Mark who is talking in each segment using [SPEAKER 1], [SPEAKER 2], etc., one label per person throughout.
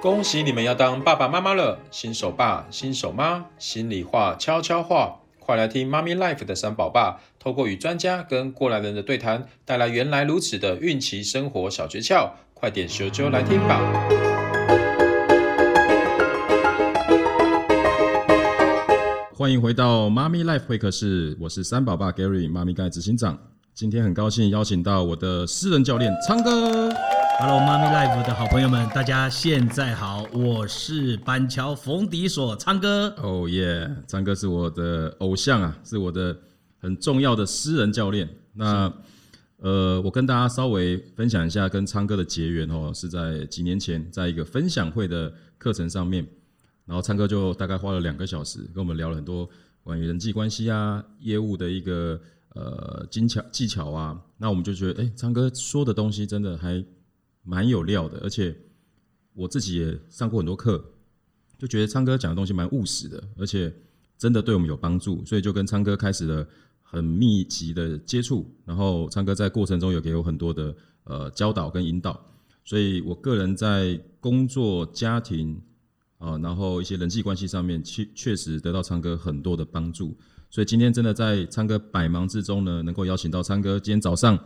[SPEAKER 1] 恭喜你们要当爸爸妈妈了，新手爸、新手妈，心里话、悄悄话，快来听妈咪 life 的三宝爸，透过与专家跟过来人的对谈，带来原来如此的孕期生活小诀窍，快点咻啾来听吧！欢迎回到妈咪 life 会客室，我是三宝爸 Gary，妈咪盖执行长。今天很高兴邀请到我的私人教练昌哥。
[SPEAKER 2] Hello，妈咪 Life 的好朋友们，大家现在好，我是板桥冯迪所昌哥。
[SPEAKER 1] 哦耶，张哥是我的偶像啊，是我的很重要的私人教练。那呃，我跟大家稍微分享一下跟昌哥的结缘哦，是在几年前，在一个分享会的课程上面，然后昌哥就大概花了两个小时跟我们聊了很多关于人际关系啊、业务的一个呃技巧技巧啊。那我们就觉得，哎、昌哥说的东西真的还蛮有料的，而且我自己也上过很多课，就觉得昌哥讲的东西蛮务实的，而且真的对我们有帮助，所以就跟昌哥开始了很密集的接触。然后昌哥在过程中有给我很多的呃教导跟引导，所以我个人在工作、家庭啊、呃然后一些人际关系上面，确确实得到昌哥很多的帮助。所以今天真的在昌哥百忙之中呢，能够邀请到昌哥，今天早上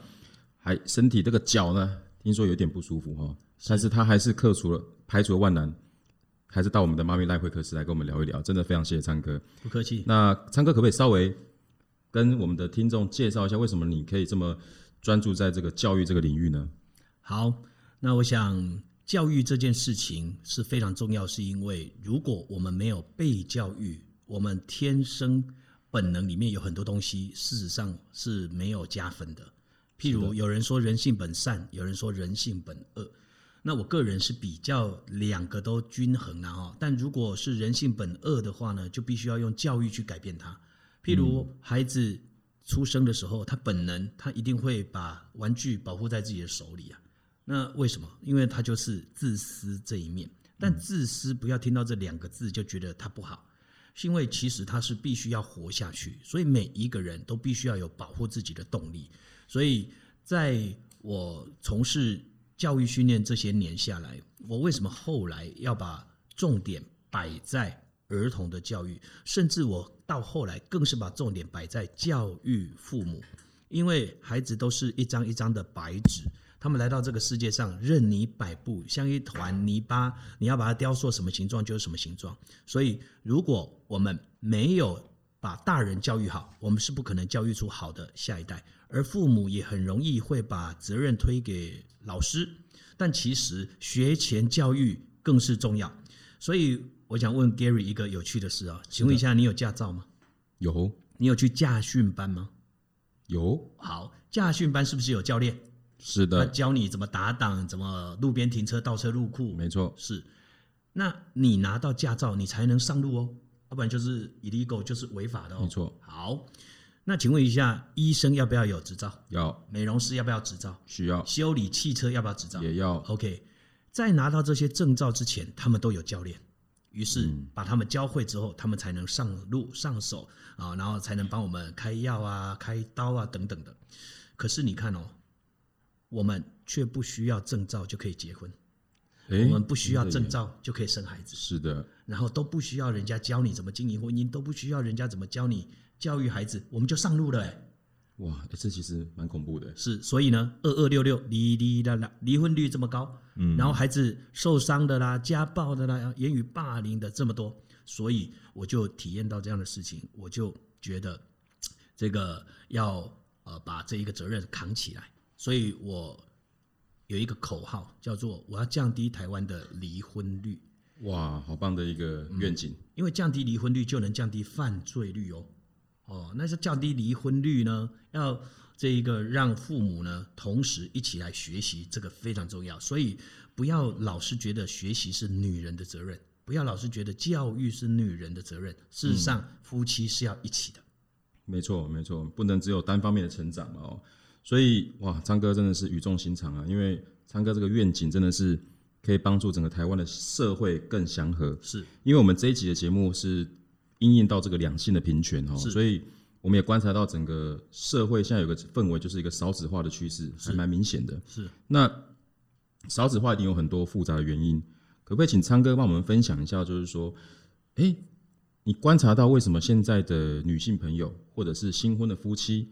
[SPEAKER 1] 还身体这个脚呢，听说有点不舒服哈、但是他还是克服了，排除了万难，还是到我们的妈咪赖会客室来跟我们聊一聊，真的非常谢谢昌哥。
[SPEAKER 2] 不客气，
[SPEAKER 1] 那昌哥可不可以稍微跟我们的听众介绍一下，为什么你可以这么专注在这个教育这个领域呢？
[SPEAKER 2] 好，那我想教育这件事情是非常重要，是因为如果我们没有被教育，我们天生本能里面有很多东西，事实上是没有加分的。譬如有人说人性本善，有人说人性本恶。那我个人是比较两个都均衡啦哦，但如果是人性本恶的话呢，就必须要用教育去改变它。譬如孩子出生的时候，他本能他一定会把玩具保护在自己的手里啊。那为什么？因为他就是自私这一面。但自私不要听到这两个字就觉得它不好，是因为其实它是必须要活下去，所以每一个人都必须要有保护自己的动力。所以在我从事教育训练这些年下来，我为什么后来要把重点摆在儿童的教育，甚至我到后来更是把重点摆在教育父母，因为孩子都是一张一张的白纸。他们来到这个世界上，任你摆布，像一团泥巴，你要把它雕塑什么形状就是什么形状。所以，如果我们没有把大人教育好，我们是不可能教育出好的下一代。而父母也很容易会把责任推给老师，但其实学前教育更是重要。所以，我想问 Gary 一个有趣的事啊，请问一下，你有驾照吗？
[SPEAKER 1] 有
[SPEAKER 2] 你有去驾训班吗？
[SPEAKER 1] 有，
[SPEAKER 2] 好，驾训班是不是有教练？
[SPEAKER 1] 是
[SPEAKER 2] 他
[SPEAKER 1] 的，
[SPEAKER 2] 教你怎么打档，怎么路边停车、倒车入库，
[SPEAKER 1] 没错，
[SPEAKER 2] 是，那你拿到驾照，你才能上路哦，要不然就是 illegal，就是违法的哦。
[SPEAKER 1] 没错。
[SPEAKER 2] 好，那请问一下，医生要不要有执照？
[SPEAKER 1] 要
[SPEAKER 2] 美容师要不要执照？
[SPEAKER 1] 需要
[SPEAKER 2] 修理汽车要不要执照
[SPEAKER 1] 也要
[SPEAKER 2] ？OK，在拿到这些证照之前，他们都有教练，于是把他们教会之后，他们才能上路上手啊，然后才能帮我们开药啊、开刀啊等等的。可是你看哦，我们却不需要证照就可以结婚，
[SPEAKER 1] 诶
[SPEAKER 2] 我们不需要
[SPEAKER 1] 真的耶
[SPEAKER 2] 证照就可以生孩子，
[SPEAKER 1] 是的，
[SPEAKER 2] 然后都不需要人家教你怎么经营婚姻，都不需要人家怎么教你教育孩子，我们就上路了、欸。
[SPEAKER 1] 哇，诶这其实蛮恐怖的，
[SPEAKER 2] 是，所以呢，二二六六离离啦啦，离婚率这么高，嗯，然后孩子受伤的啦、家暴的啦、言语霸凌的这么多，所以我就体验到这样的事情，我就觉得嘖这个要呃把这一个责任扛起来，所以我有一个口号叫做我要降低台湾的离婚率，
[SPEAKER 1] 哇，好棒的一个愿景，
[SPEAKER 2] 因为降低离婚率就能降低犯罪率哦。哦，那是降低离婚率呢，要这一个让父母呢同时一起来学习，这个非常重要。所以不要老是觉得学习是女人的责任，不要老是觉得教育是女人的责任。事实上，夫妻是要一起的。
[SPEAKER 1] 没错，没错，不能只有单方面的成长嘛哦。所以哇，昌哥真的是语重心长啊，因为昌哥这个愿景真的是可以帮助整个台湾的社会更祥和。
[SPEAKER 2] 是
[SPEAKER 1] 因为我们这一集的节目是因应到这个两性的平权哦，
[SPEAKER 2] 是
[SPEAKER 1] 所以我们也观察到整个社会现在有个氛围，就是一个少子化的趋势，还蛮明显的。
[SPEAKER 2] 是
[SPEAKER 1] 那少子化一定有很多复杂的原因，可不可以请昌哥帮我们分享一下，就是说，哎、你观察到为什么现在的女性朋友或者是新婚的夫妻，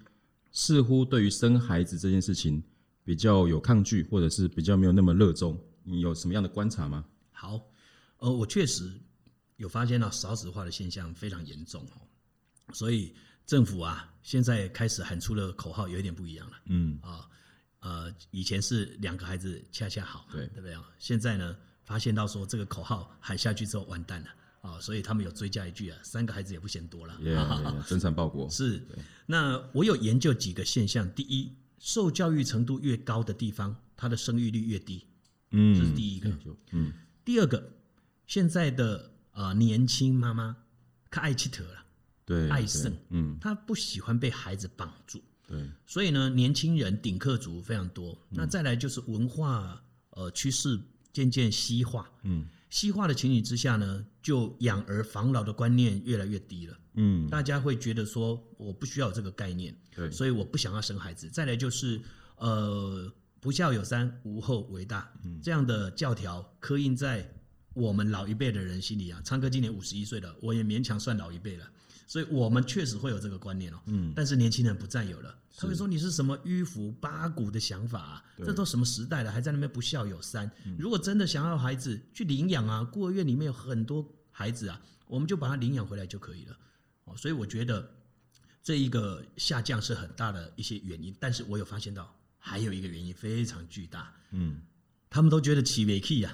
[SPEAKER 1] 似乎对于生孩子这件事情比较有抗拒，或者是比较没有那么热衷？你有什么样的观察吗？
[SPEAKER 2] 好，呃，我确实有发现到少子化的现象非常严重哦，所以政府啊现在开始喊出了口号，有一点不一样了
[SPEAKER 1] 嗯，
[SPEAKER 2] 啊、呃，以前是两个孩子恰恰好嘛，
[SPEAKER 1] 对
[SPEAKER 2] 对不对啊？现在呢，发现到说这个口号喊下去之后完蛋了啊、所以他们有追加一句啊，三个孩子也不嫌多了。
[SPEAKER 1] 也、生产报国，
[SPEAKER 2] 是，那我有研究几个现象，第一，受教育程度越高的地方，它的生育率越低。
[SPEAKER 1] 嗯，
[SPEAKER 2] 这是第一个
[SPEAKER 1] 嗯嗯，
[SPEAKER 2] 第二个，现在的呃年轻妈妈，她爱气头了，
[SPEAKER 1] 对，
[SPEAKER 2] 爱
[SPEAKER 1] 对
[SPEAKER 2] 胜，
[SPEAKER 1] 嗯，
[SPEAKER 2] 她不喜欢被孩子绑住，
[SPEAKER 1] 对，
[SPEAKER 2] 所以呢，年轻人顶客族非常多。
[SPEAKER 1] 嗯
[SPEAKER 2] 那再来就是文化呃趋势渐渐西化，
[SPEAKER 1] 嗯
[SPEAKER 2] 西化的情景之下呢，就养儿防老的观念越来越低了，
[SPEAKER 1] 嗯，
[SPEAKER 2] 大家会觉得说我不需要有这个概念，
[SPEAKER 1] 对，
[SPEAKER 2] 所以我不想要生孩子。再来就是呃，不孝有三，无后为大，这样的教条刻印在我们老一辈的人心里啊。昌哥今年五十一岁了，我也勉强算老一辈了。所以我们确实会有这个观念哦，嗯，但是年轻人不再有了，他会说你是什么迂腐八股的想法啊？
[SPEAKER 1] 对
[SPEAKER 2] 这都什么时代了，还在那边不孝有三？如果真的想要孩子，去领养啊，孤儿院里面有很多孩子啊，我们就把他领养回来就可以了。哦，所以我觉得这一个下降是很大的一些原因，但是我有发现到还有一个原因非常巨大，
[SPEAKER 1] 嗯，
[SPEAKER 2] 他们都觉得起尾气啊，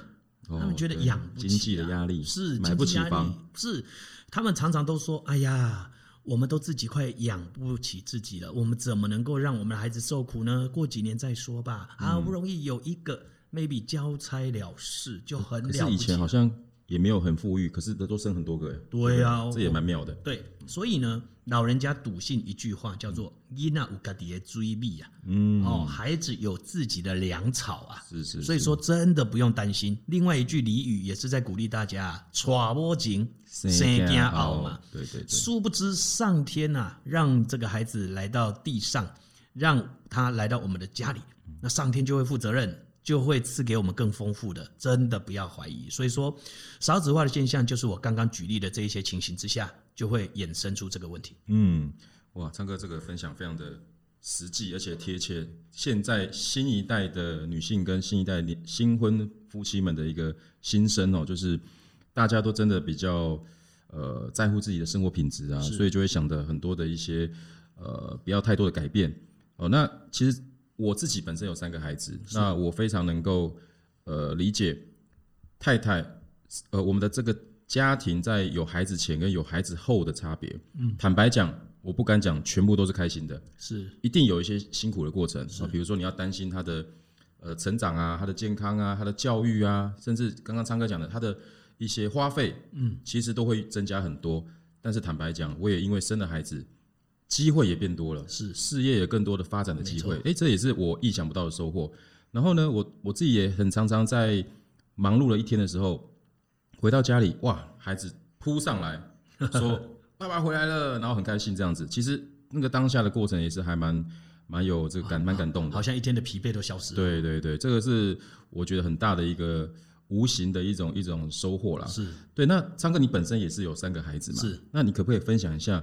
[SPEAKER 1] 哦
[SPEAKER 2] 他们觉得
[SPEAKER 1] 对
[SPEAKER 2] 养不起
[SPEAKER 1] 经
[SPEAKER 2] 啊
[SPEAKER 1] 济的压力
[SPEAKER 2] 是
[SPEAKER 1] 买不起
[SPEAKER 2] 经济压力
[SPEAKER 1] 房，
[SPEAKER 2] 是他们常常都说，哎呀。我们都自己快养不起自己了，我们怎么能够让我们的孩子受苦呢？过几年再说吧。
[SPEAKER 1] 嗯
[SPEAKER 2] 好不容易有一个 maybe 交差了事，就很
[SPEAKER 1] 可
[SPEAKER 2] 了
[SPEAKER 1] 是
[SPEAKER 2] 不
[SPEAKER 1] 以
[SPEAKER 2] 起啊
[SPEAKER 1] 前
[SPEAKER 2] 了
[SPEAKER 1] 好。像也没有很富裕，可是都生很多个耶，欸
[SPEAKER 2] 对啊
[SPEAKER 1] 不这也蛮妙的。
[SPEAKER 2] 对，所以呢，老人家笃信一句话，叫做“伊那乌嘎迪耶追避啊”，
[SPEAKER 1] 嗯，
[SPEAKER 2] 哦，孩子有自己的粮草啊，
[SPEAKER 1] 是是，
[SPEAKER 2] 所以
[SPEAKER 1] 是
[SPEAKER 2] 说真的不用担心。另外一句俚语也是在鼓励大家啊，娶摸紧，
[SPEAKER 1] 生
[SPEAKER 2] 生
[SPEAKER 1] 惊
[SPEAKER 2] 惊
[SPEAKER 1] 熬
[SPEAKER 2] 熬嘛。
[SPEAKER 1] 对对对，
[SPEAKER 2] 殊不知上天呐、让这个孩子来到地上，让他来到我们的家里，那上天就会负责任，就会赐给我们更丰富的，真的不要怀疑。所以说，少子化的现象就是我刚刚举例的这一些情形之下，就会衍生出这个问题。
[SPEAKER 1] 嗯，哇，昌哥这个分享非常的实际而且贴切，现在新一代的女性跟新一代年新婚夫妻们的一个心声哦，就是大家都真的比较呃在乎自己的生活品质啊，所以就会想的很多的一些呃不要太多的改变哦。那其实我自己本身有三个孩子，那我非常能够呃理解太太呃我们的这个家庭在有孩子前跟有孩子后的差别。坦白讲，我不敢讲全部都是开心的，
[SPEAKER 2] 是
[SPEAKER 1] 一定有一些辛苦的过程啊，比如说你要担心他的呃成长啊、他的健康啊、他的教育啊，甚至刚刚昌哥讲的他的一些花费，嗯，其实都会增加很多。但是坦白讲，我也因为生了孩子，机会也变多了，
[SPEAKER 2] 是
[SPEAKER 1] 事业也更多的发展的机会
[SPEAKER 2] 没，
[SPEAKER 1] 诶，这也是我意想不到的收获。然后呢，我我自己也很常常在忙碌了一天的时候，回到家里，哇，孩子扑上 来说：“爸爸回来了！”然后很开心这样子。其实那个当下的过程也是还蛮蛮有这个感蛮感动的
[SPEAKER 2] 好。像一天的疲惫都消失了。
[SPEAKER 1] 对对对，这个是我觉得很大的一个无形的一种一种收获啦。
[SPEAKER 2] 是
[SPEAKER 1] 啊对，那昌哥，你本身也是有三个孩子嘛？
[SPEAKER 2] 是。
[SPEAKER 1] 那你可不可以分享一下，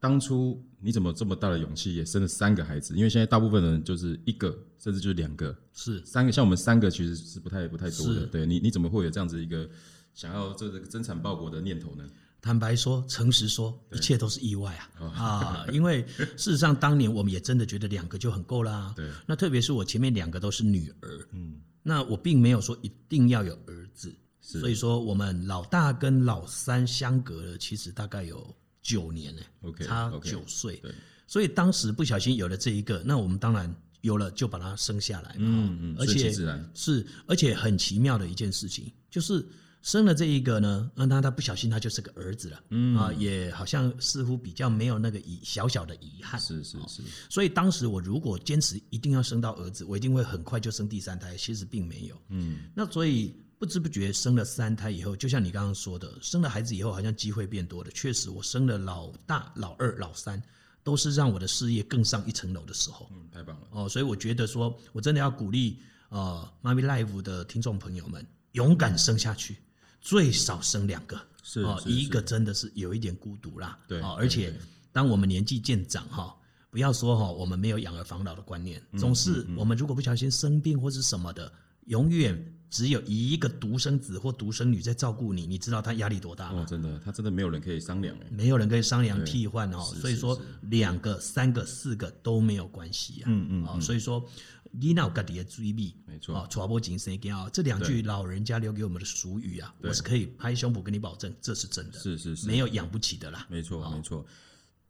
[SPEAKER 1] 当初你怎么这么大的勇气也生了三个孩子？因为现在大部分人就是一个，甚至就是两个、
[SPEAKER 2] 是，
[SPEAKER 1] 三个，像我们三个其实是不太不太多的。
[SPEAKER 2] 是
[SPEAKER 1] 对你，你怎么会有这样子一个想要这个增产报国的念头呢？
[SPEAKER 2] 坦白说，诚实说，一切都是意外
[SPEAKER 1] 哦
[SPEAKER 2] 啊啊！因为事实上，当年我们也真的觉得两个就很够啦。
[SPEAKER 1] 对，
[SPEAKER 2] 那特别是我前面两个都是女儿，嗯，那我并没有说一定要有儿子，所以说我们老大跟老三相隔了，其实大概有九年呢、欸
[SPEAKER 1] OK，
[SPEAKER 2] 差
[SPEAKER 1] OK，
[SPEAKER 2] 九岁
[SPEAKER 1] 对，
[SPEAKER 2] 所以当时不小心有了这一个，那我们当然有了就把它生下来嘛，
[SPEAKER 1] 嗯嗯，
[SPEAKER 2] 而
[SPEAKER 1] 顺其
[SPEAKER 2] 且
[SPEAKER 1] 自然，
[SPEAKER 2] 是，而且很奇妙的一件事情，就是生了这一个呢，啊，那他不小心他就是个儿子了，嗯啊，也好像似乎比较没有那个遗小小的遗憾。
[SPEAKER 1] 是是是，
[SPEAKER 2] 所以当时我如果坚持一定要生到儿子，我一定会很快就生第三胎，其实并没有。嗯，那所以不知不觉生了三胎以后，就像你刚刚说的，生了孩子以后好像机会变多了。确实，我生了老大、老二、老三，都是让我的事业更上一层楼的时候。
[SPEAKER 1] 嗯，太棒了，
[SPEAKER 2] 哦，所以我觉得说，我真的要鼓励呃妈咪 Live 的听众朋友们，勇敢生下去，最少生两个。
[SPEAKER 1] 是
[SPEAKER 2] 哦，
[SPEAKER 1] 是
[SPEAKER 2] 一个
[SPEAKER 1] 是
[SPEAKER 2] 真的是有一点孤独啦。
[SPEAKER 1] 对
[SPEAKER 2] 哦，
[SPEAKER 1] 对
[SPEAKER 2] 而且
[SPEAKER 1] 对
[SPEAKER 2] 当我们年纪渐长哈、不要说哈、我们没有养儿防老的观念，
[SPEAKER 1] 嗯
[SPEAKER 2] 总是我们如果不小心生病或是什么的，永远只有一个独生子或独生女在照顾你，你知道他压力多大
[SPEAKER 1] 哦
[SPEAKER 2] 吗？，
[SPEAKER 1] 真的，他真的没有人可以商量哎。
[SPEAKER 2] 没有人可以商量
[SPEAKER 1] 对
[SPEAKER 2] 替换哦，
[SPEAKER 1] 是
[SPEAKER 2] 所以
[SPEAKER 1] 是
[SPEAKER 2] 说
[SPEAKER 1] 是
[SPEAKER 2] 两个、三个、四个都没有关系啊。
[SPEAKER 1] 嗯嗯
[SPEAKER 2] 哦，所以说你那个的注意力，
[SPEAKER 1] 没错
[SPEAKER 2] 啊，传播精神啊，这两句老人家留给我们的俗语啊，我是可以拍胸脯跟你保证，这是真的，
[SPEAKER 1] 是是是，
[SPEAKER 2] 没有哦养不起的啦。
[SPEAKER 1] 没错没错。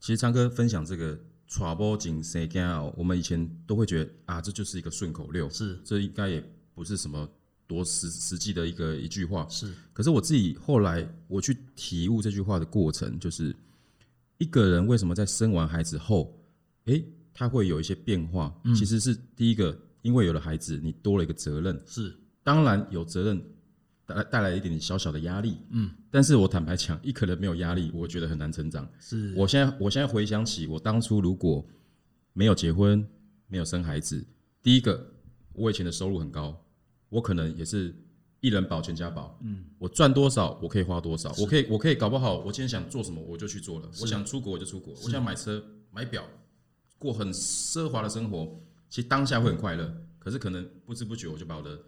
[SPEAKER 1] 其实昌哥分享这个 “trouble 井 say g 哦我们以前都会觉得啊，这就是一个顺口溜，
[SPEAKER 2] 是
[SPEAKER 1] 这应该也不是什么多实实际的一个一句话。
[SPEAKER 2] 是
[SPEAKER 1] 可是我自己后来我去体悟这句话的过程，就是一个人为什么在生完孩子后，诶，他会有一些变化，
[SPEAKER 2] 嗯
[SPEAKER 1] 其实是第一个，因为有了孩子，你多了一个责任，
[SPEAKER 2] 是，
[SPEAKER 1] 当然有责任带来带来一点点小小的压力，嗯，但是我坦白讲，一个人没有压力，我觉得很难成长。
[SPEAKER 2] 是
[SPEAKER 1] 我现在我现在回想起，我当初如果没有结婚，没有生孩子，第一个，我以前的收入很高，我可能也是一人保全家保，嗯，我赚多少我可以花多少，我可以我可以搞不好，我今天想做什么我就去做了，我想出国我就出国，我想买车买表，过很奢华的生活，其实当下会很快乐，可是可能不知不觉我就把我的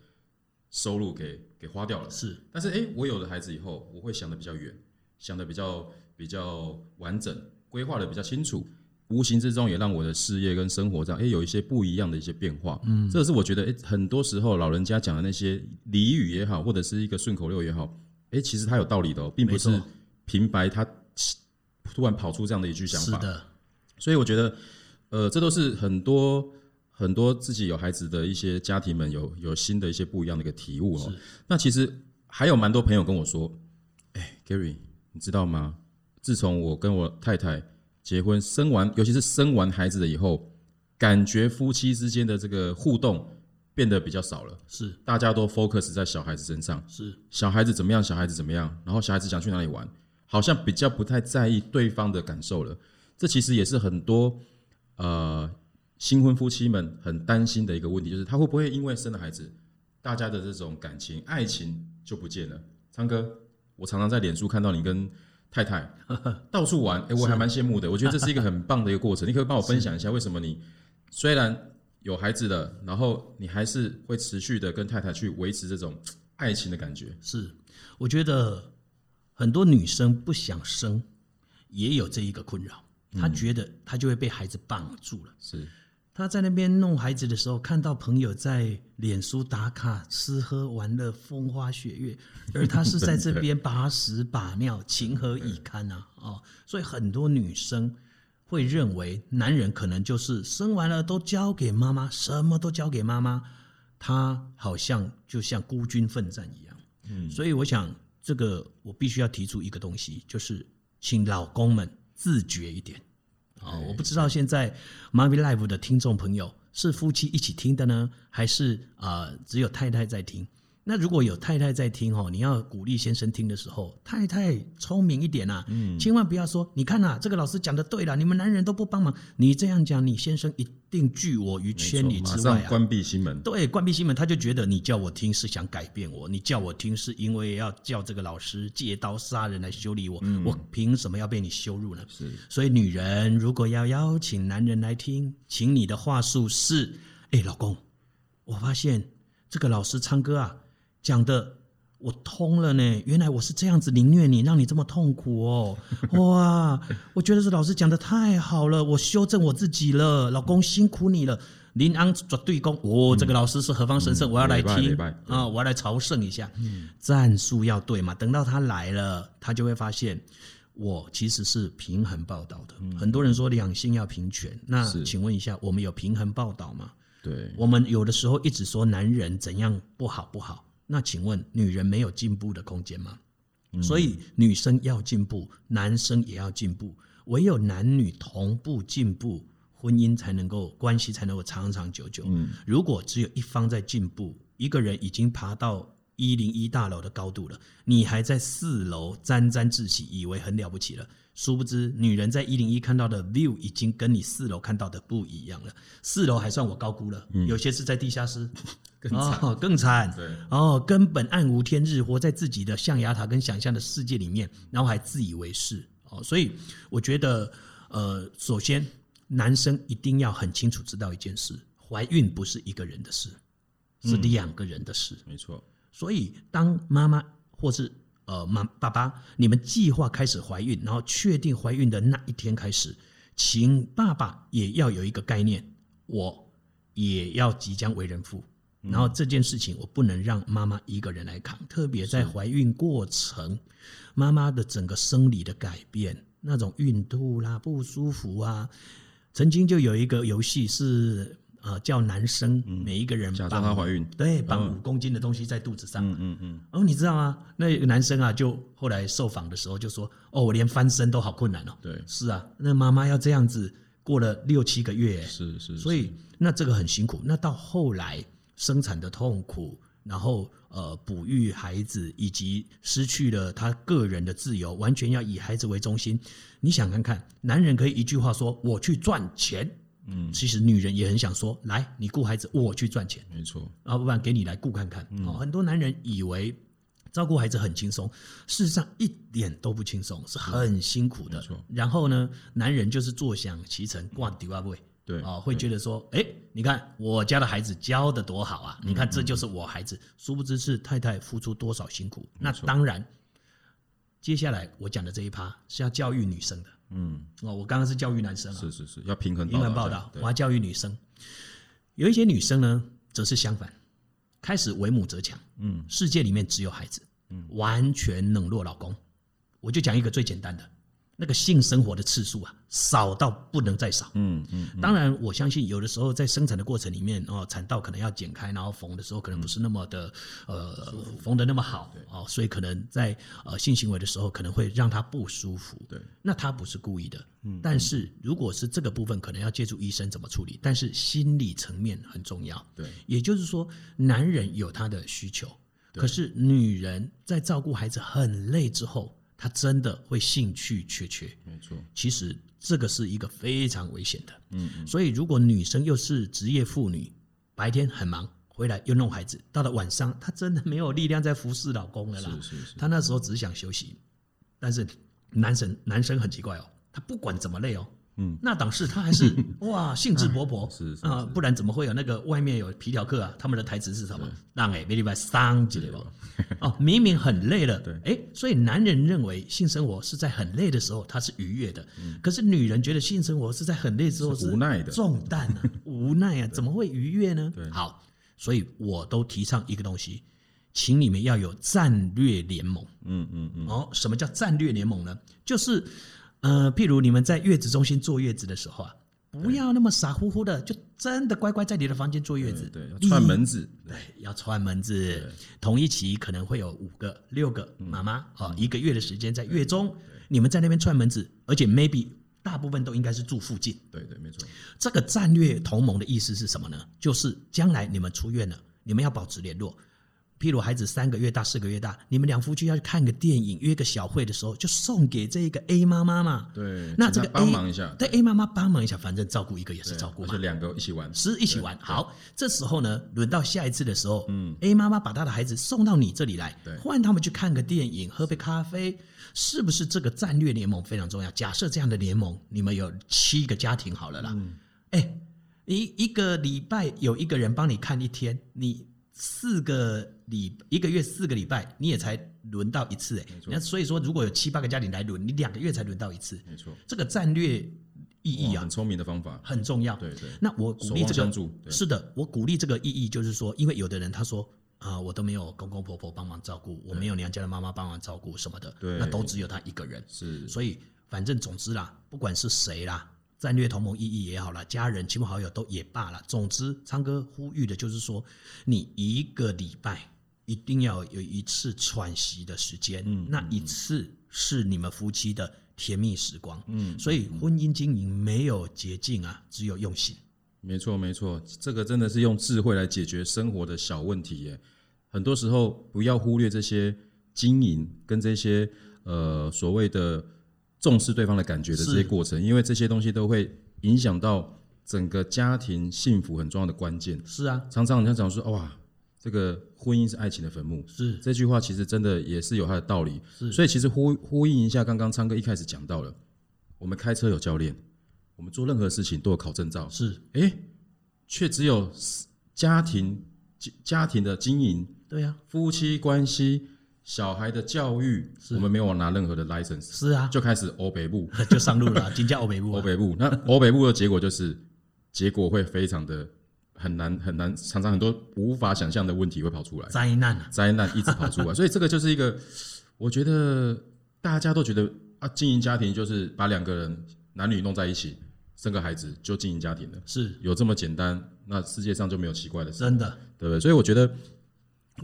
[SPEAKER 1] 收入给给花掉了，
[SPEAKER 2] 是
[SPEAKER 1] 但是诶，我有了孩子以后，我会想的比较远，想的比较比较完整，规划的比较清楚，无形之中也让我的事业跟生活上诶有一些不一样的一些变化。嗯，这是我觉得诶，很多时候老人家讲的那些俚语也好，或者是一个顺口溜也好，诶，其实它有道理的、哦，并不是
[SPEAKER 2] 没错
[SPEAKER 1] 平白他突然跑出这样的一句想
[SPEAKER 2] 是
[SPEAKER 1] 法。
[SPEAKER 2] 的，
[SPEAKER 1] 所以我觉得，呃，这都是很多很多自己有孩子的一些家庭们有有新的一些不一样的一个体悟哦。那其实还有蛮多朋友跟我说，哎，Gary，你知道吗？自从我跟我太太结婚生完，尤其是生完孩子了以后，感觉夫妻之间的这个互动变得比较少了，
[SPEAKER 2] 是
[SPEAKER 1] 大家都 focus 在小孩子身上。
[SPEAKER 2] 是
[SPEAKER 1] 小孩子怎么样，小孩子怎么样，然后小孩子想去哪里玩，好像比较不太在意对方的感受了。这其实也是很多呃新婚夫妻们很担心的一个问题，就是他会不会因为生了孩子，大家的这种感情、爱情就不见了？昌哥，我常常在脸书看到你跟太太 到处玩，哎、我还蛮羡慕的。我觉得这是一个很棒的一个过程，你可不可以帮我分享一下为什么你虽然有孩子了，然后你还是会持续的跟太太去维持这种爱情的感觉？
[SPEAKER 2] 是，我觉得很多女生不想生，也有这一个困扰，
[SPEAKER 1] 嗯
[SPEAKER 2] 她觉得她就会被孩子绑住了。
[SPEAKER 1] 是
[SPEAKER 2] 她在那边弄孩子的时候，看到朋友在脸书打卡、吃喝玩乐、风花雪月，而她是在这边把屎把尿，情何以堪啊！哦，所以很多女生会认为男人可能就是生完了都交给妈妈，什么都交给妈妈，他好像就像孤军奋战一样。嗯，所以我想这个我必须要提出一个东西，就是请老公们自觉一点。
[SPEAKER 1] 哎
[SPEAKER 2] 哦，我不知道现在 Mavi Live 的听众朋友是夫妻一起听的呢，还是呃只有太太在听？那如果有太太在听哦，你要鼓励先生听的时候，太太聪明一点啊，嗯，千万不要说，你看啊，这个老师讲的对了，你们男人都不帮忙，你这样讲，你先生一定拒我于千里
[SPEAKER 1] 马
[SPEAKER 2] 之外
[SPEAKER 1] 上
[SPEAKER 2] 啊。
[SPEAKER 1] 关闭心门。
[SPEAKER 2] 对，关闭心门，他就觉得你叫我听是想改变我，你叫我听是因为要叫这个老师借刀杀人来修理我，我凭什么要被你羞辱呢？
[SPEAKER 1] 是
[SPEAKER 2] 所以，女人如果要邀请男人来听，请你的话术是：哎，老公，我发现这个老师唱歌啊讲的。我通了呢，原来我是这样子凌虐你，让你这么痛苦 哦！哇，我觉得这老师讲的太好了，我修正我自己了，老公辛苦你了。林安绝对公，哦，这个老师是何方神圣，我要
[SPEAKER 1] 嗯
[SPEAKER 2] 来
[SPEAKER 1] 礼拜礼
[SPEAKER 2] 听
[SPEAKER 1] 拜
[SPEAKER 2] 啊、我要来朝圣一下。战术要对嘛，等到他来了，他就会发现我其实是平衡报道的。很多人说两性要平权，那
[SPEAKER 1] 是
[SPEAKER 2] 嗯请问一下，我们有平衡报道吗？
[SPEAKER 1] 对，
[SPEAKER 2] 我们有的时候一直说男人怎样不好不好，那请问女人没有进步的空间吗？嗯所以女生要进步，男生也要进步，唯有男女同步进步，婚姻才能够关系才能够长长久久。如果只有一方在进步，一个人已经爬到一零一大楼的高度了，你还在四楼沾沾自喜，以为很了不起了。殊不知，女人在一零一看到的 view 已经跟你四楼看到的不一样了。四楼还算我高估了，有些是在地下室，
[SPEAKER 1] 嗯 更惨
[SPEAKER 2] 哦，更惨，
[SPEAKER 1] 对
[SPEAKER 2] 哦，根本暗无天日，活在自己的象牙塔跟想象的世界里面，然后还自以为是哦。所以我觉得，呃，首先男生一定要很清楚知道一件事：怀孕不是一个人的事，是两个人的事。
[SPEAKER 1] 没错，
[SPEAKER 2] 所以，当妈妈或是呃妈爸爸，你们计划开始怀孕，然后确定怀孕的那一天开始，请爸爸也要有一个概念，我也要即将为人父。
[SPEAKER 1] 嗯
[SPEAKER 2] 然后这件事情我不能让妈妈一个人来扛，特别在怀孕过程，妈妈的整个生理的改变，那种孕吐啦、不舒服啊，曾经就有一个游戏是呃叫男生、每一个人
[SPEAKER 1] 假装
[SPEAKER 2] 帮
[SPEAKER 1] 嗯她怀孕，
[SPEAKER 2] 对，绑五公斤的东西在肚子上。
[SPEAKER 1] 嗯嗯嗯，
[SPEAKER 2] 哦，你知道吗？那个男生啊，就后来受访的时候就说：“哦，我连翻身都好困难哦。
[SPEAKER 1] 对”，
[SPEAKER 2] 是啊，那妈妈要这样子过了六七个月耶，
[SPEAKER 1] 是是，
[SPEAKER 2] 所以那这个很辛苦。那到后来生产的痛苦，然后呃哺育孩子，以及失去了他个人的自由，完全要以孩子为中心。你想看看，男人可以一句话说“我去赚钱”，嗯，其实女人也很想说：“来，你顾孩子，我去赚钱。”
[SPEAKER 1] 没错，
[SPEAKER 2] 啊，不然给你来顾看看。
[SPEAKER 1] 嗯
[SPEAKER 2] 哦，很多男人以为照顾孩子很轻松，事实上一点都不轻松，是很辛苦的
[SPEAKER 1] 没错。
[SPEAKER 2] 然后呢，男人就是坐享其成，挂丢啊不会。
[SPEAKER 1] 对
[SPEAKER 2] 哦，会觉得说，哎，你看我家的孩子教的多好
[SPEAKER 1] 嗯
[SPEAKER 2] 啊！你看这就是我孩子，殊不知是太太付出多少辛苦。那当然，接下来我讲的这一趴是要教育女生的
[SPEAKER 1] 嗯，
[SPEAKER 2] 哦。我刚刚是教育男生啊，
[SPEAKER 1] 是是是，要平衡
[SPEAKER 2] 英文报
[SPEAKER 1] 这样
[SPEAKER 2] 道，
[SPEAKER 1] 对
[SPEAKER 2] 我要教育女生。有一些女生呢，则是相反，开始为母则强。
[SPEAKER 1] 嗯，
[SPEAKER 2] 世界里面只有孩子，嗯，完全冷落老公。我就讲一个最简单的，那个性生活的次数啊，少到不能再少。
[SPEAKER 1] 嗯嗯，
[SPEAKER 2] 当然，我相信有的时候在生产的过程里面，哦，产道可能要剪开，然后缝的时候可能不是那么的，呃，缝的那么好，哦，所以可能在呃性行为的时候可能会让她不舒服。
[SPEAKER 1] 对，
[SPEAKER 2] 那他不是故意的，但是如果是这个部分，可能要借助医生怎么处理，但是心理层面很重要。
[SPEAKER 1] 对，
[SPEAKER 2] 也就是说，男人有他的需求，可是女人在照顾孩子很累之后，她真的会兴趣缺缺。
[SPEAKER 1] 没错，
[SPEAKER 2] 其实这个是一个非常危险的。嗯，所以如果女生又是职业妇女，白天很忙，回来又弄孩子，到了晚上，她真的没有力量再服侍老公了啦。
[SPEAKER 1] 是是是，
[SPEAKER 2] 她那时候只想休息，但是男生男生很奇怪哦，他不管怎么累哦。
[SPEAKER 1] 嗯，
[SPEAKER 2] 那档事他 还是哇兴致勃勃，
[SPEAKER 1] 是是
[SPEAKER 2] 啊、不然怎么会有那个外面有皮条客啊？他们的台词是什么？让哎，每礼拜三几吧。 哦，明明很累了，对，哎，所以男人认为性生活是在很累的时候，他是愉悦的，可是女人觉得性生活是在很累之后
[SPEAKER 1] 嗯是无奈的
[SPEAKER 2] 重担 啊，无奈啊，怎么会愉悦呢？好，所以我都提倡一个东西，请你们要有战略联盟。
[SPEAKER 1] 嗯嗯嗯，
[SPEAKER 2] 哦，什么叫战略联盟呢？就是，呃，譬如你们在月子中心坐月子的时候啊，不要那么傻乎乎的，就真的乖乖在你的房间坐月子。
[SPEAKER 1] 对，要
[SPEAKER 2] 立
[SPEAKER 1] 串门子，
[SPEAKER 2] 对，要串门子。同一期可能会有五个、六个
[SPEAKER 1] 嗯
[SPEAKER 2] 妈妈啊、哦一个月的时间在月中，你们在那边串门子，而且 maybe 大部分都应该是住附近。
[SPEAKER 1] 对对，没错，
[SPEAKER 2] 这个战略同盟的意思是什么呢？就是将来你们出院了，你们要保持联络。譬如孩子三个月大、四个月大，你们两夫妻要去看个电影、约个小会的时候，就送给这个 A 妈妈嘛。
[SPEAKER 1] 对，
[SPEAKER 2] 那
[SPEAKER 1] 请
[SPEAKER 2] 这
[SPEAKER 1] 她
[SPEAKER 2] 个 A,
[SPEAKER 1] 帮忙一下，
[SPEAKER 2] 对 A 妈妈帮忙一下，反正照顾一个也是
[SPEAKER 1] 对
[SPEAKER 2] 照顾
[SPEAKER 1] 而
[SPEAKER 2] 嘛
[SPEAKER 1] 且。两个一起玩，
[SPEAKER 2] 是一起玩。好，这时候呢，轮到下一次的时候，嗯，A 妈妈把她的孩子送到你这里来
[SPEAKER 1] 对，
[SPEAKER 2] 换他们去看个电影，喝杯咖啡，是不是这个战略联盟非常重要？假设这样的联盟，你们有七个家庭好了啦，哎、一一个礼拜有一个人帮你看一天，你四个礼一个月四个礼拜，你也才轮到一次哎、那所以说，如果有七八个家庭来轮，你两个月才轮到一次，
[SPEAKER 1] 没错，
[SPEAKER 2] 这个战略意义
[SPEAKER 1] 哇
[SPEAKER 2] 啊
[SPEAKER 1] 很聪明的方法，
[SPEAKER 2] 很重要。
[SPEAKER 1] 对对，
[SPEAKER 2] 那我鼓
[SPEAKER 1] 守
[SPEAKER 2] 励
[SPEAKER 1] 望
[SPEAKER 2] 这
[SPEAKER 1] 相
[SPEAKER 2] 个
[SPEAKER 1] 助对
[SPEAKER 2] 是的，我鼓励这个意义就是说，因为有的人他说啊、我都没有公公婆婆帮忙照顾，我没有娘家的妈妈帮忙照顾什么的，
[SPEAKER 1] 对
[SPEAKER 2] 那都只有他一个人，
[SPEAKER 1] 是
[SPEAKER 2] 所以反正总之啦，不管是谁啦。战略同盟意义也好啦，家人、亲朋好友都也罢啦。总之，昌哥呼吁的就是说，你一个礼拜一定要有一次喘息的时间，
[SPEAKER 1] 嗯
[SPEAKER 2] 那一次是你们夫妻的甜蜜时光。嗯，所以婚姻经营没有捷径啊，只有用心。
[SPEAKER 1] 没错没错，这个真的是用智慧来解决生活的小问题耶。很多时候不要忽略这些经营跟这些呃所谓的重视对方的感觉的这些
[SPEAKER 2] 是
[SPEAKER 1] 过程，因为这些东西都会影响到整个家庭幸福很重要的关键。
[SPEAKER 2] 是啊，
[SPEAKER 1] 常常人家讲说，哇，这个婚姻是爱情的坟墓，
[SPEAKER 2] 是
[SPEAKER 1] 这句话其实真的也是有它的道理。
[SPEAKER 2] 是
[SPEAKER 1] 所以其实呼呼应一下刚刚昌哥一开始讲到了，我们开车有教练，我们做任何事情都有考证照，
[SPEAKER 2] 是，
[SPEAKER 1] 诶，却只有家庭家家庭的经营、
[SPEAKER 2] 对啊呀、
[SPEAKER 1] 夫妻关系、小孩的教育，我们没有拿任何的 license，
[SPEAKER 2] 是啊，
[SPEAKER 1] 就开始欧北部，
[SPEAKER 2] 就上路了啊，金价欧北部
[SPEAKER 1] 欧
[SPEAKER 2] 啊，
[SPEAKER 1] 北部。那欧北部的结果就是，结果会非常的很难很难，常常很多无法想象的问题会跑出 来。
[SPEAKER 2] 灾难啊，
[SPEAKER 1] 灾难一直跑出来，所以这个就是一个，我觉得大家都觉得啊，经营家庭就是把两个人男女弄在一起，生个孩子就经营家庭了，
[SPEAKER 2] 是
[SPEAKER 1] 有这么简单？那世界上就没有奇怪的事，
[SPEAKER 2] 真的，
[SPEAKER 1] 对不对？所以我觉得，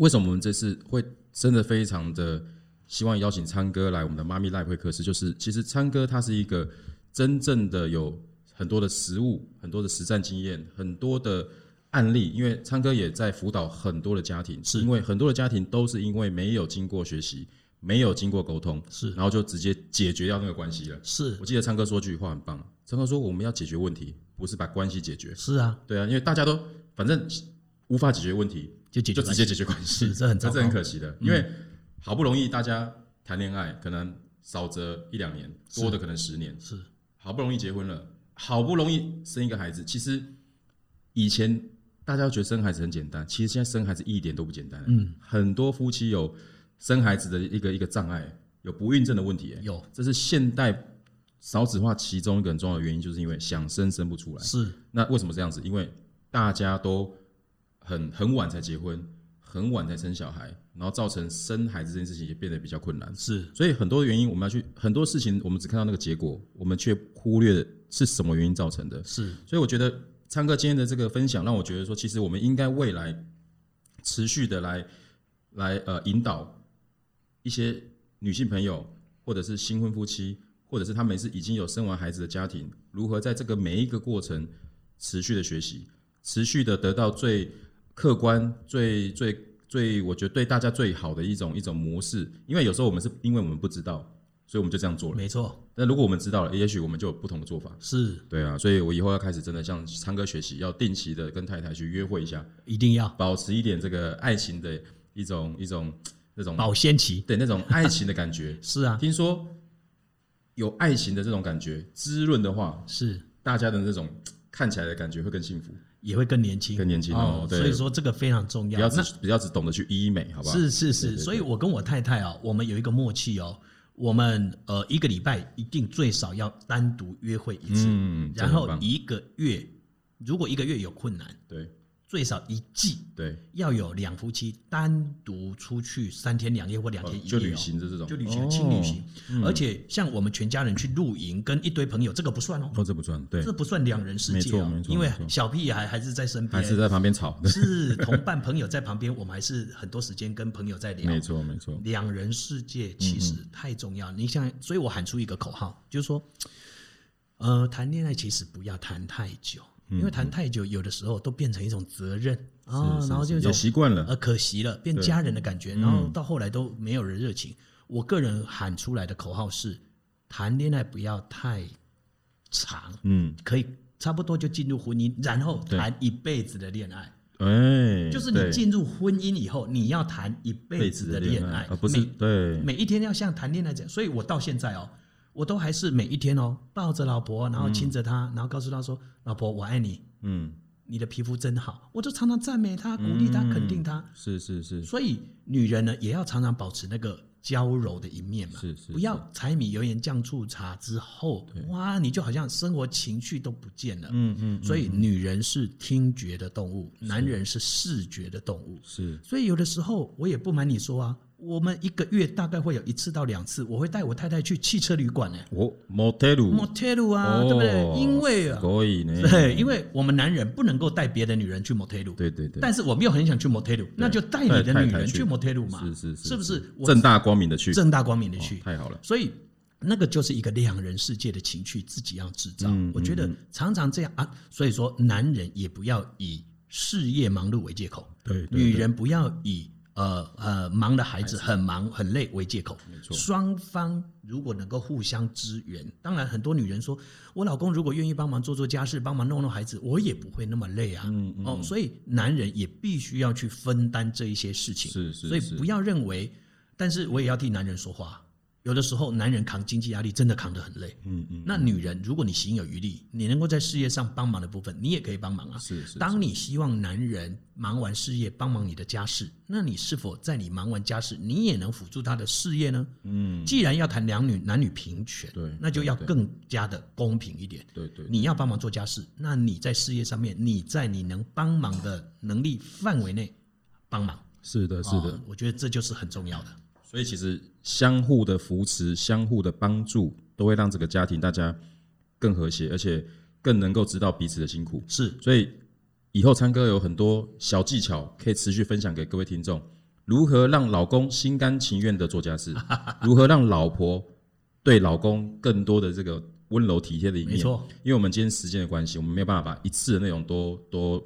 [SPEAKER 1] 为什么我们这次会真的非常的希望邀请昌哥来我们的妈咪 live 会客室，就是其实昌哥他是一个真正的有很多的实物、很多的实战经验、很多的案例，因为昌哥也在辅导很多的家庭，是因为很多的家庭都是因为没有经过学习、没有经过沟通，
[SPEAKER 2] 是
[SPEAKER 1] 然后就直接解决掉那个关系了。
[SPEAKER 2] 是
[SPEAKER 1] 我记得昌哥说句话很棒，昌哥说我们要解决问题，不是把关系解决。
[SPEAKER 2] 是啊，
[SPEAKER 1] 对啊，因为大家都反正无法解决问题，
[SPEAKER 2] 就解
[SPEAKER 1] 就直
[SPEAKER 2] 决关
[SPEAKER 1] 接
[SPEAKER 2] 系，
[SPEAKER 1] 解决关系，
[SPEAKER 2] 是这很糟
[SPEAKER 1] 这
[SPEAKER 2] 糕嗯
[SPEAKER 1] 是很可惜的，因为好不容易大家谈恋爱，可能少则一两年，多的可能十年，
[SPEAKER 2] 是
[SPEAKER 1] 好不容易结婚了，好不容易生一个孩子，其实以前大家都觉得生孩子很简单，其实现在生孩子一点都不简单，嗯，很多夫妻有生孩子的一个一个障碍，有不孕症的问题，哎
[SPEAKER 2] 有
[SPEAKER 1] 这是现代少子化其中一个很重要的原因，就是因为想生生不出来。
[SPEAKER 2] 是
[SPEAKER 1] 那为什么这样子？因为大家都很很晚才结婚，很晚才生小孩，然后造成生孩子这件事情也变得比较困难。
[SPEAKER 2] 是
[SPEAKER 1] 所以很多原因我们要去很多事情，我们只看到那个结果，我们却忽略是什么原因造成的。
[SPEAKER 2] 是
[SPEAKER 1] 所以我觉得昌哥今天的这个分享，让我觉得说，其实我们应该未来持续的来来呃引导一些女性朋友，或者是新婚夫妻，或者是他们是已经有生完孩子的家庭，如何在这个每一个过程持续的学习，持续的得到最客观、最最最，我觉得对大家最好的一种一种模式。因为有时候我们是因为我们不知道，所以我们就这样做了。
[SPEAKER 2] 没错，
[SPEAKER 1] 但如果我们知道了，也许我们就有不同的做法。
[SPEAKER 2] 是
[SPEAKER 1] 对啊，所以我以后要开始真的向昌哥学习，要定期的跟太太去约会一下，
[SPEAKER 2] 一定要
[SPEAKER 1] 保持一点这个爱情的一种一种那种
[SPEAKER 2] 保鲜期，。
[SPEAKER 1] 对那种爱情的感觉
[SPEAKER 2] 是啊，
[SPEAKER 1] 听说有爱情的这种感觉滋润的话，
[SPEAKER 2] 是
[SPEAKER 1] 大家的这种看起来的感觉会更幸福，
[SPEAKER 2] 也会更年轻，
[SPEAKER 1] 更年轻哦。对，
[SPEAKER 2] 所以说这个非常重
[SPEAKER 1] 不
[SPEAKER 2] 要。
[SPEAKER 1] 要
[SPEAKER 2] 那
[SPEAKER 1] 只不要只懂得去医美，好不好？
[SPEAKER 2] 是是是，所以我跟我太太啊，我们有一个默契哦，我们呃一个礼拜一定最少要单独约会一次，
[SPEAKER 1] 嗯，这
[SPEAKER 2] 然
[SPEAKER 1] 很
[SPEAKER 2] 后
[SPEAKER 1] 棒
[SPEAKER 2] 一个月，如果一个月有困难，
[SPEAKER 1] 对
[SPEAKER 2] 最少一季
[SPEAKER 1] 对，
[SPEAKER 2] 要有两夫妻单独出去三天两夜或两
[SPEAKER 1] 哦
[SPEAKER 2] 天一夜、哦
[SPEAKER 1] 就旅行的这种，
[SPEAKER 2] 就旅行
[SPEAKER 1] 哦
[SPEAKER 2] 轻旅行，，而且像我们全家人去露营，跟一堆朋友，这个不算哦，
[SPEAKER 1] 哦，这不算，对，
[SPEAKER 2] 这不算两人世界
[SPEAKER 1] 没错
[SPEAKER 2] 哦
[SPEAKER 1] 没，错
[SPEAKER 2] 因为
[SPEAKER 1] 没错
[SPEAKER 2] 小屁孩还是在身边，
[SPEAKER 1] 还是在旁边吵，
[SPEAKER 2] 是同伴朋友在旁边，我们还是很多时间跟朋友在聊
[SPEAKER 1] 没。错没错，
[SPEAKER 2] 两人世
[SPEAKER 1] 嗯
[SPEAKER 2] 界其实太重要，你想，所以我喊出一个口号，就是说，呃，谈恋爱其实不要谈太久，
[SPEAKER 1] 嗯
[SPEAKER 2] 因为谈太久有的时候都变成一种责任啊，
[SPEAKER 1] 是
[SPEAKER 2] 然后
[SPEAKER 1] 是
[SPEAKER 2] 就一
[SPEAKER 1] 也
[SPEAKER 2] 种
[SPEAKER 1] 习惯嗯了，
[SPEAKER 2] 呃可惜了，变家人的感觉，然后到后来都没有人热情。我个人喊出来的口号是：谈恋爱不要太长，
[SPEAKER 1] 嗯，
[SPEAKER 2] 可以差不多就进入婚姻，然后
[SPEAKER 1] 对
[SPEAKER 2] 谈一辈子的恋爱。
[SPEAKER 1] 哎，
[SPEAKER 2] 就是
[SPEAKER 1] 对
[SPEAKER 2] 你进入婚姻以后，你要谈一辈子的恋爱，
[SPEAKER 1] 啊而不是
[SPEAKER 2] 每
[SPEAKER 1] 对
[SPEAKER 2] 每一天要像谈恋爱这样。所以我到现在哦，我都还是每一天哦，抱着老婆，然后亲着她，然后告诉她说：“老婆，我爱你，
[SPEAKER 1] 嗯，
[SPEAKER 2] 你的皮肤真好。”我就常常赞美她，鼓励她，肯定她。
[SPEAKER 1] 是是是
[SPEAKER 2] 所以女人呢，也要常常保持那个娇柔的一面嘛，
[SPEAKER 1] 是是
[SPEAKER 2] 不要柴米油盐酱醋茶之后，哇，你就好像生活情趣都不见了。嗯嗯。所以女人是听觉的动物，男人是视觉的动物。
[SPEAKER 1] 是，
[SPEAKER 2] 所以有的时候我也不瞒你说啊，我们一个月大概会有一次到两次，我会带我太太去汽车旅馆呢、
[SPEAKER 1] 我 motel
[SPEAKER 2] motel 啊，
[SPEAKER 1] 哦
[SPEAKER 2] 对不对？因为啊，
[SPEAKER 1] 可以呢，
[SPEAKER 2] 对，因为我们男人不能够带别的女人去 motel，
[SPEAKER 1] 对对对，
[SPEAKER 2] 但是我们又很想去 motel，那就带你
[SPEAKER 1] 带
[SPEAKER 2] 的
[SPEAKER 1] 太
[SPEAKER 2] 女
[SPEAKER 1] 太
[SPEAKER 2] 人去
[SPEAKER 1] 去
[SPEAKER 2] motel 嘛，
[SPEAKER 1] 是是是
[SPEAKER 2] 不是？我
[SPEAKER 1] 正大光明的去，哦
[SPEAKER 2] 正大光明的去，
[SPEAKER 1] 太好了，
[SPEAKER 2] 所以那个就是一个两人世界的情趣，自己要制造。
[SPEAKER 1] 嗯
[SPEAKER 2] 我觉得常常这样啊，所以说男人也不要以事业忙碌为借口，
[SPEAKER 1] 对对
[SPEAKER 2] 女人不要以呃呃忙的孩子很忙很累为借口。
[SPEAKER 1] 没错，
[SPEAKER 2] 双方如果能够互相支援，当然很多女人说，我老公如果愿意帮忙做做家事，帮忙弄弄孩子，我也不会那么累啊。
[SPEAKER 1] 嗯嗯
[SPEAKER 2] 哦，所以男人也必须要去分担这一些事情。
[SPEAKER 1] 是是，
[SPEAKER 2] 所以
[SPEAKER 1] 是
[SPEAKER 2] 不要认为，但是我也要替男人说话。有的时候，男人扛经济压力真的扛得很累。
[SPEAKER 1] 嗯嗯，
[SPEAKER 2] 那女人，如果你行有余力，你能够在事业上帮忙的部分，你也可以帮忙啊。
[SPEAKER 1] 是是，
[SPEAKER 2] 当你希望男人忙完事业帮忙你的家事，那你是否在你忙完家事，你也能辅助他的事业呢？
[SPEAKER 1] 嗯，
[SPEAKER 2] 既然要谈两女男女平权，
[SPEAKER 1] 对
[SPEAKER 2] 那就
[SPEAKER 1] 对
[SPEAKER 2] 要
[SPEAKER 1] 对
[SPEAKER 2] 更加的公平一点。
[SPEAKER 1] 对对，
[SPEAKER 2] 你要帮忙做家事，那你在事业上面，你在你能帮忙的能力范围内帮忙。
[SPEAKER 1] 是的，是的
[SPEAKER 2] 哦，我觉得这就是很重要的。
[SPEAKER 1] 所以其实相互的扶持、相互的帮助，都会让这个家庭大家更和谐，而且更能够知道彼此的辛苦。
[SPEAKER 2] 是，
[SPEAKER 1] 所以以后参哥有很多小技巧可以持续分享给各位听众，如何让老公心甘情愿的做家 事，如何让老婆对老公更多的这个温柔体贴的一面。
[SPEAKER 2] 没错，
[SPEAKER 1] 因为我们今天时间的关系，我们没有办法把一次的内容都都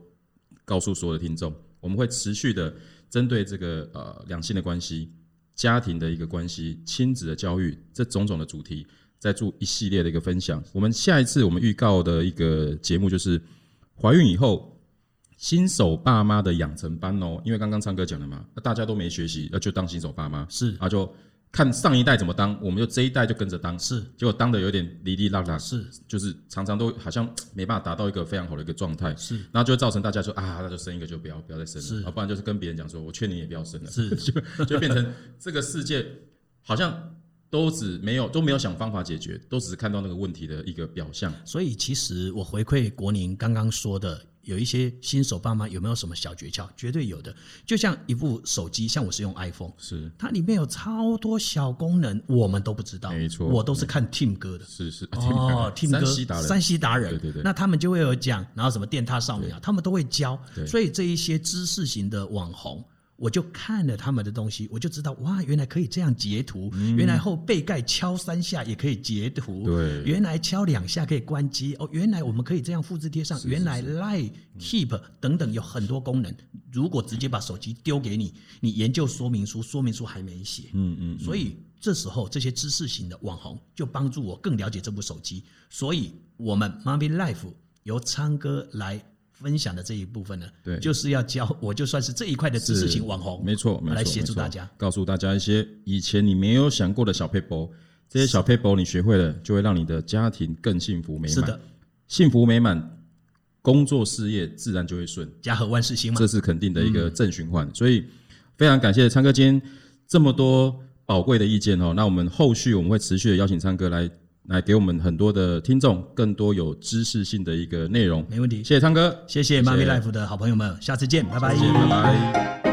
[SPEAKER 1] 告诉所有的听众。我们会持续的针对这个呃两性的关系、家庭的一个关系、亲子的教育这种种的主题，再做一系列的一个分享。我们下一次我们预告的一个节目就是怀孕以后。新手爸妈的养成班哦，因为刚刚昌哥讲了嘛，那大家都没学习，那就当新手爸妈，
[SPEAKER 2] 是
[SPEAKER 1] 啊，就看上一代怎么当，我们就这一代就跟着当，
[SPEAKER 2] 是
[SPEAKER 1] 结果当的有点离离落落，
[SPEAKER 2] 是
[SPEAKER 1] 就是常常都好像没办法达到一个非常好的一个状态，
[SPEAKER 2] 是
[SPEAKER 1] 然后就会造成大家说啊，那就生一个就不要不要再生
[SPEAKER 2] 是
[SPEAKER 1] 了，啊，不然就是跟别人讲说，我劝你也不要生了，
[SPEAKER 2] 是
[SPEAKER 1] 就变成这个世界好像都只没有都没有想方法解决，都只是看到那个问题的一个表象。
[SPEAKER 2] 所以其实我回馈国宁刚刚说的，有一些新手爸妈有没有什么小诀窍？绝对有的。就像一部手机，像我是用 iPhone，
[SPEAKER 1] 是
[SPEAKER 2] 它里面有超多小功能，我们都不知道。
[SPEAKER 1] 没错啊
[SPEAKER 2] 我都是看 Tim 哥的。
[SPEAKER 1] 是是，
[SPEAKER 2] 哦，Tim
[SPEAKER 1] 山
[SPEAKER 2] 哥，
[SPEAKER 1] 西达人，
[SPEAKER 2] 山西达人，
[SPEAKER 1] 对对对
[SPEAKER 2] 那他们就会有讲，然后什么电踏少女啊，他们都会教
[SPEAKER 1] 对，
[SPEAKER 2] 所以这一些知识型的网红。我就看了他们的东西，我就知道哇，原来可以这样截图，原来后背盖敲三下也可以截图，
[SPEAKER 1] 对
[SPEAKER 2] 原来敲两下可以关机，哦，原来我们可以这样复制贴上，原来 Line、Keep
[SPEAKER 1] 嗯
[SPEAKER 2] 等等有很多功能。如果直接把手机丢给你，你研究说明书，说明书还没写，
[SPEAKER 1] 嗯嗯，
[SPEAKER 2] 所以这时候这些知识型的网红就帮助我更了解这部手机。所以我们 Mommy Life 由昌哥来分享的这一部分呢，
[SPEAKER 1] 对
[SPEAKER 2] 就是要教我就算是这一块的知识型网红，
[SPEAKER 1] 没错，没错，
[SPEAKER 2] 来协助
[SPEAKER 1] 没错
[SPEAKER 2] 大家，
[SPEAKER 1] 告诉大家一些以前你没有想过的小 paper。这些小 paper 你学会了，就会让你的家庭更幸福美
[SPEAKER 2] 是
[SPEAKER 1] 满
[SPEAKER 2] 的。，
[SPEAKER 1] 幸福美满，工作事业自然就会顺，
[SPEAKER 2] 家和万事兴嘛
[SPEAKER 1] 这，是肯定的一个正循环。所以非常感谢昌哥今天这么多宝贵的意见哦。那我们后续我们会持续的邀请昌哥来来给我们很多的听众更多有知识性的一个内容。
[SPEAKER 2] 没问题
[SPEAKER 1] 谢。谢昌哥，
[SPEAKER 2] 谢谢 Mommy Life 的好朋友们，下次见，拜拜
[SPEAKER 1] 谢谢，拜拜。